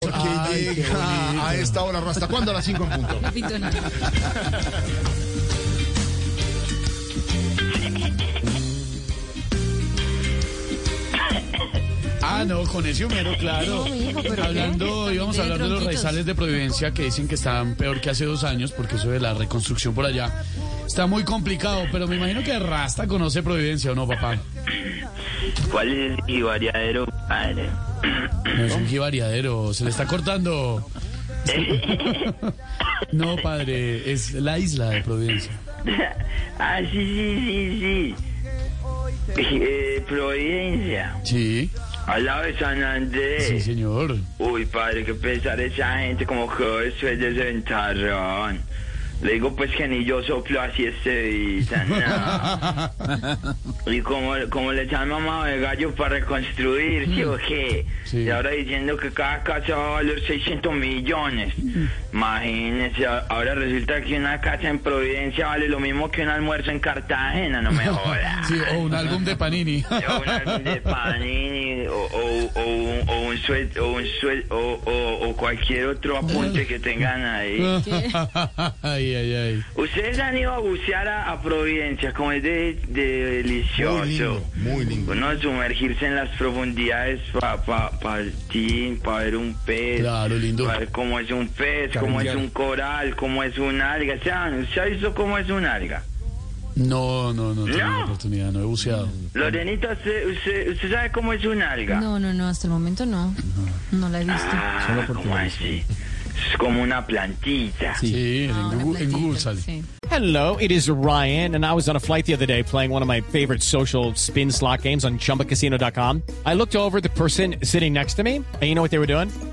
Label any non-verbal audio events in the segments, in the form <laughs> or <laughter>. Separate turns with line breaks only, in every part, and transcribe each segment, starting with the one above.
Porque llega a esta hora, ¿hasta cuándo? A las 5 en punto.
Ah, no, con ese humero, claro. hablando, íbamos a hablar de los raizales de Providencia que dicen que están peor que hace dos años, porque eso de la reconstrucción por allá está muy complicado, pero me imagino que Rasta conoce Providencia, ¿o no, papá?
¿Cuál es el variadero, padre?
No, es un jibariadero, se le está cortando. No, padre, es la isla de Providencia.
ah, sí, sí, sí, sí. Eh, Providencia,
Sí,
al lado de San Andrés.
sí, señor.
Uy, padre, qué pesar esa gente, como que eso es desventarrón. Le digo, pues que ni yo soplo así este vida, no. Y como, como les han mamado de gallo para reconstruir, ¿sí o qué?
Sí.
Y ahora diciendo que cada casa va a valer 600 millones. Imagínense, a- ahora resulta que una casa en Providencia vale lo mismo que un almuerzo en Cartagena, no
<laughs>
me jodas.
Sí, o un álbum de Panini.
O un
<laughs>
álbum de Panini o, o- o un, o un suet- o un suet- o- o- o cualquier otro apunte que tengan ahí.
Ay, ay, ay.
Ustedes han ido a bucear a, a Providencia, como es de, de
Muy lindo,
delicioso.
muy lindo.
Uno sumergirse en las profundidades para pa, pa, sí, pa ver un pez,
Claro, lindo.
para ver cómo es un pez, cómo es
Carillar.
un coral, cómo es un alga. ¿Se han, se ha visto cómo es un alga?
No, no, no, no tengo la oportunidad, no he buceado.
Lorenita, ¿usted, usted, usted sabe cómo es un alga?
No, no, no, hasta el momento no. No la he visto.
Ah,
Solo porque
¿cómo
lo
así? Es como una plantita.
Sí, en
Ah, una
Google, en Google
plantita,
sale.
sí.
Hello, it is Ryan, and I was on a flight the other day playing one of my favorite social spin slot games on chumbacasino.com. I looked over at the person sitting next to me, and you know what they were doing?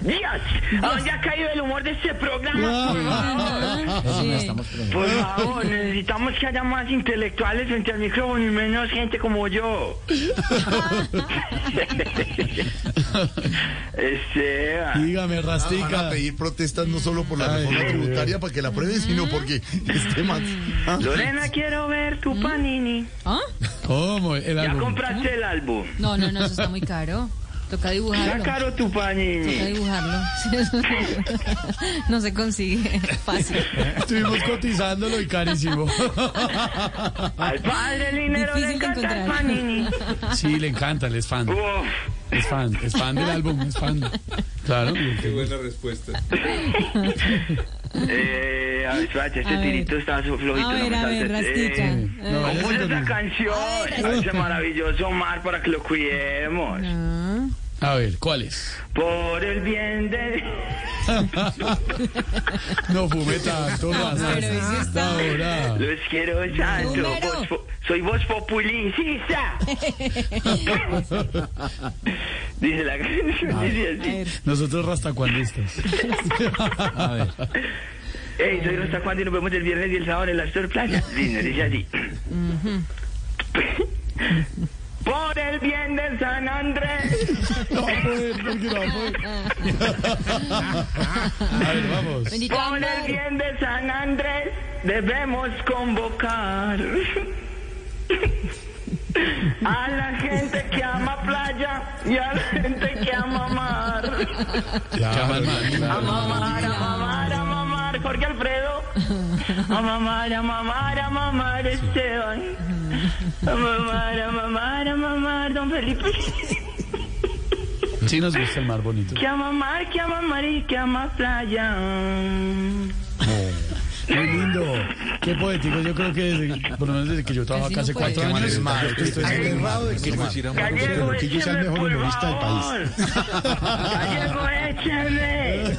Dios, ¿a dónde ha caído el humor de este
Ah.
programa? Por favor, necesitamos que haya más intelectuales frente al micrófono y menos gente como
<laughs>
yo. Esteban.
Dígame,
Van a
Rastica.
pedir protestas no solo por la
Ay,
reforma
Dios.
tributaria para que la aprueben, sino porque este más. ¿Ah?
Lorena, quiero ver tu panini.
¿Ah?
¿Cómo? El
¿Ya
álbum.
compraste el álbum?
No, no, no, eso está muy caro. Toca
Está
dibujarlo.
caro tu
Toca
panini.
dibujarlo. <laughs> No se consigue
<laughs>
fácil.
Estuvimos cotizándolo y carísimo.
Al padre el dinero le
Difícil de
encanta el
encontrar. <laughs>
panini.
Sí, le encanta, él es fan.
Uf.
Es fan, es fan del álbum, es fan. Claro.
Eh, a ver, espérate, este
A ver.
tirito está su- flojito.
A
no
ver,
me
a ver,
saltes.
Rastica.
Eh,
No,
¿Cómo es esa canción? A ese maravilloso mar para que lo cuidemos.
Ah,
A ver, ¿cuál es?
Por el bien de... <laughs>
No fume tanto,
pero eso
Rastas.
está-
Ahora.
Los quiero tanto.
Número.
Voz po- soy voz
<laughs>
populicista. dice la canción, dice
a ver.
así.
Nosotros rastacuandistas. A ver.
Hey, soy Rosa Juan y nos vemos el viernes y el sábado en la Astor
<laughs>
Plaza. Dice, dice así. <laughs> Por el bien de San Andrés.
No va a poder, porque no va a poder. A ver, vamos.
Bendito
Con el
amor.
bien de San Andrés debemos convocar a la gente que ama playa y a la gente que ama mar.
Llaman mal.
A mamar, a mamar, a mamar, Jorge Alfredo. A mamar, a mamar, a mamar, Esteban. A mamar, a mamar, a mamar, don Felipe.
Sí nos gusta el mar bonito.
Que a mamar, que a mamar y que ama playa.
Qué poético, yo creo que desde- por lo menos desde que yo trabajo
Así
acá
no
hace
puede.
cuatro
Hay que
años.
Gallego,
que yo sea el
écheme,
mejor
por
humorista del país.
favor.
<laughs>
Gallego, écheme.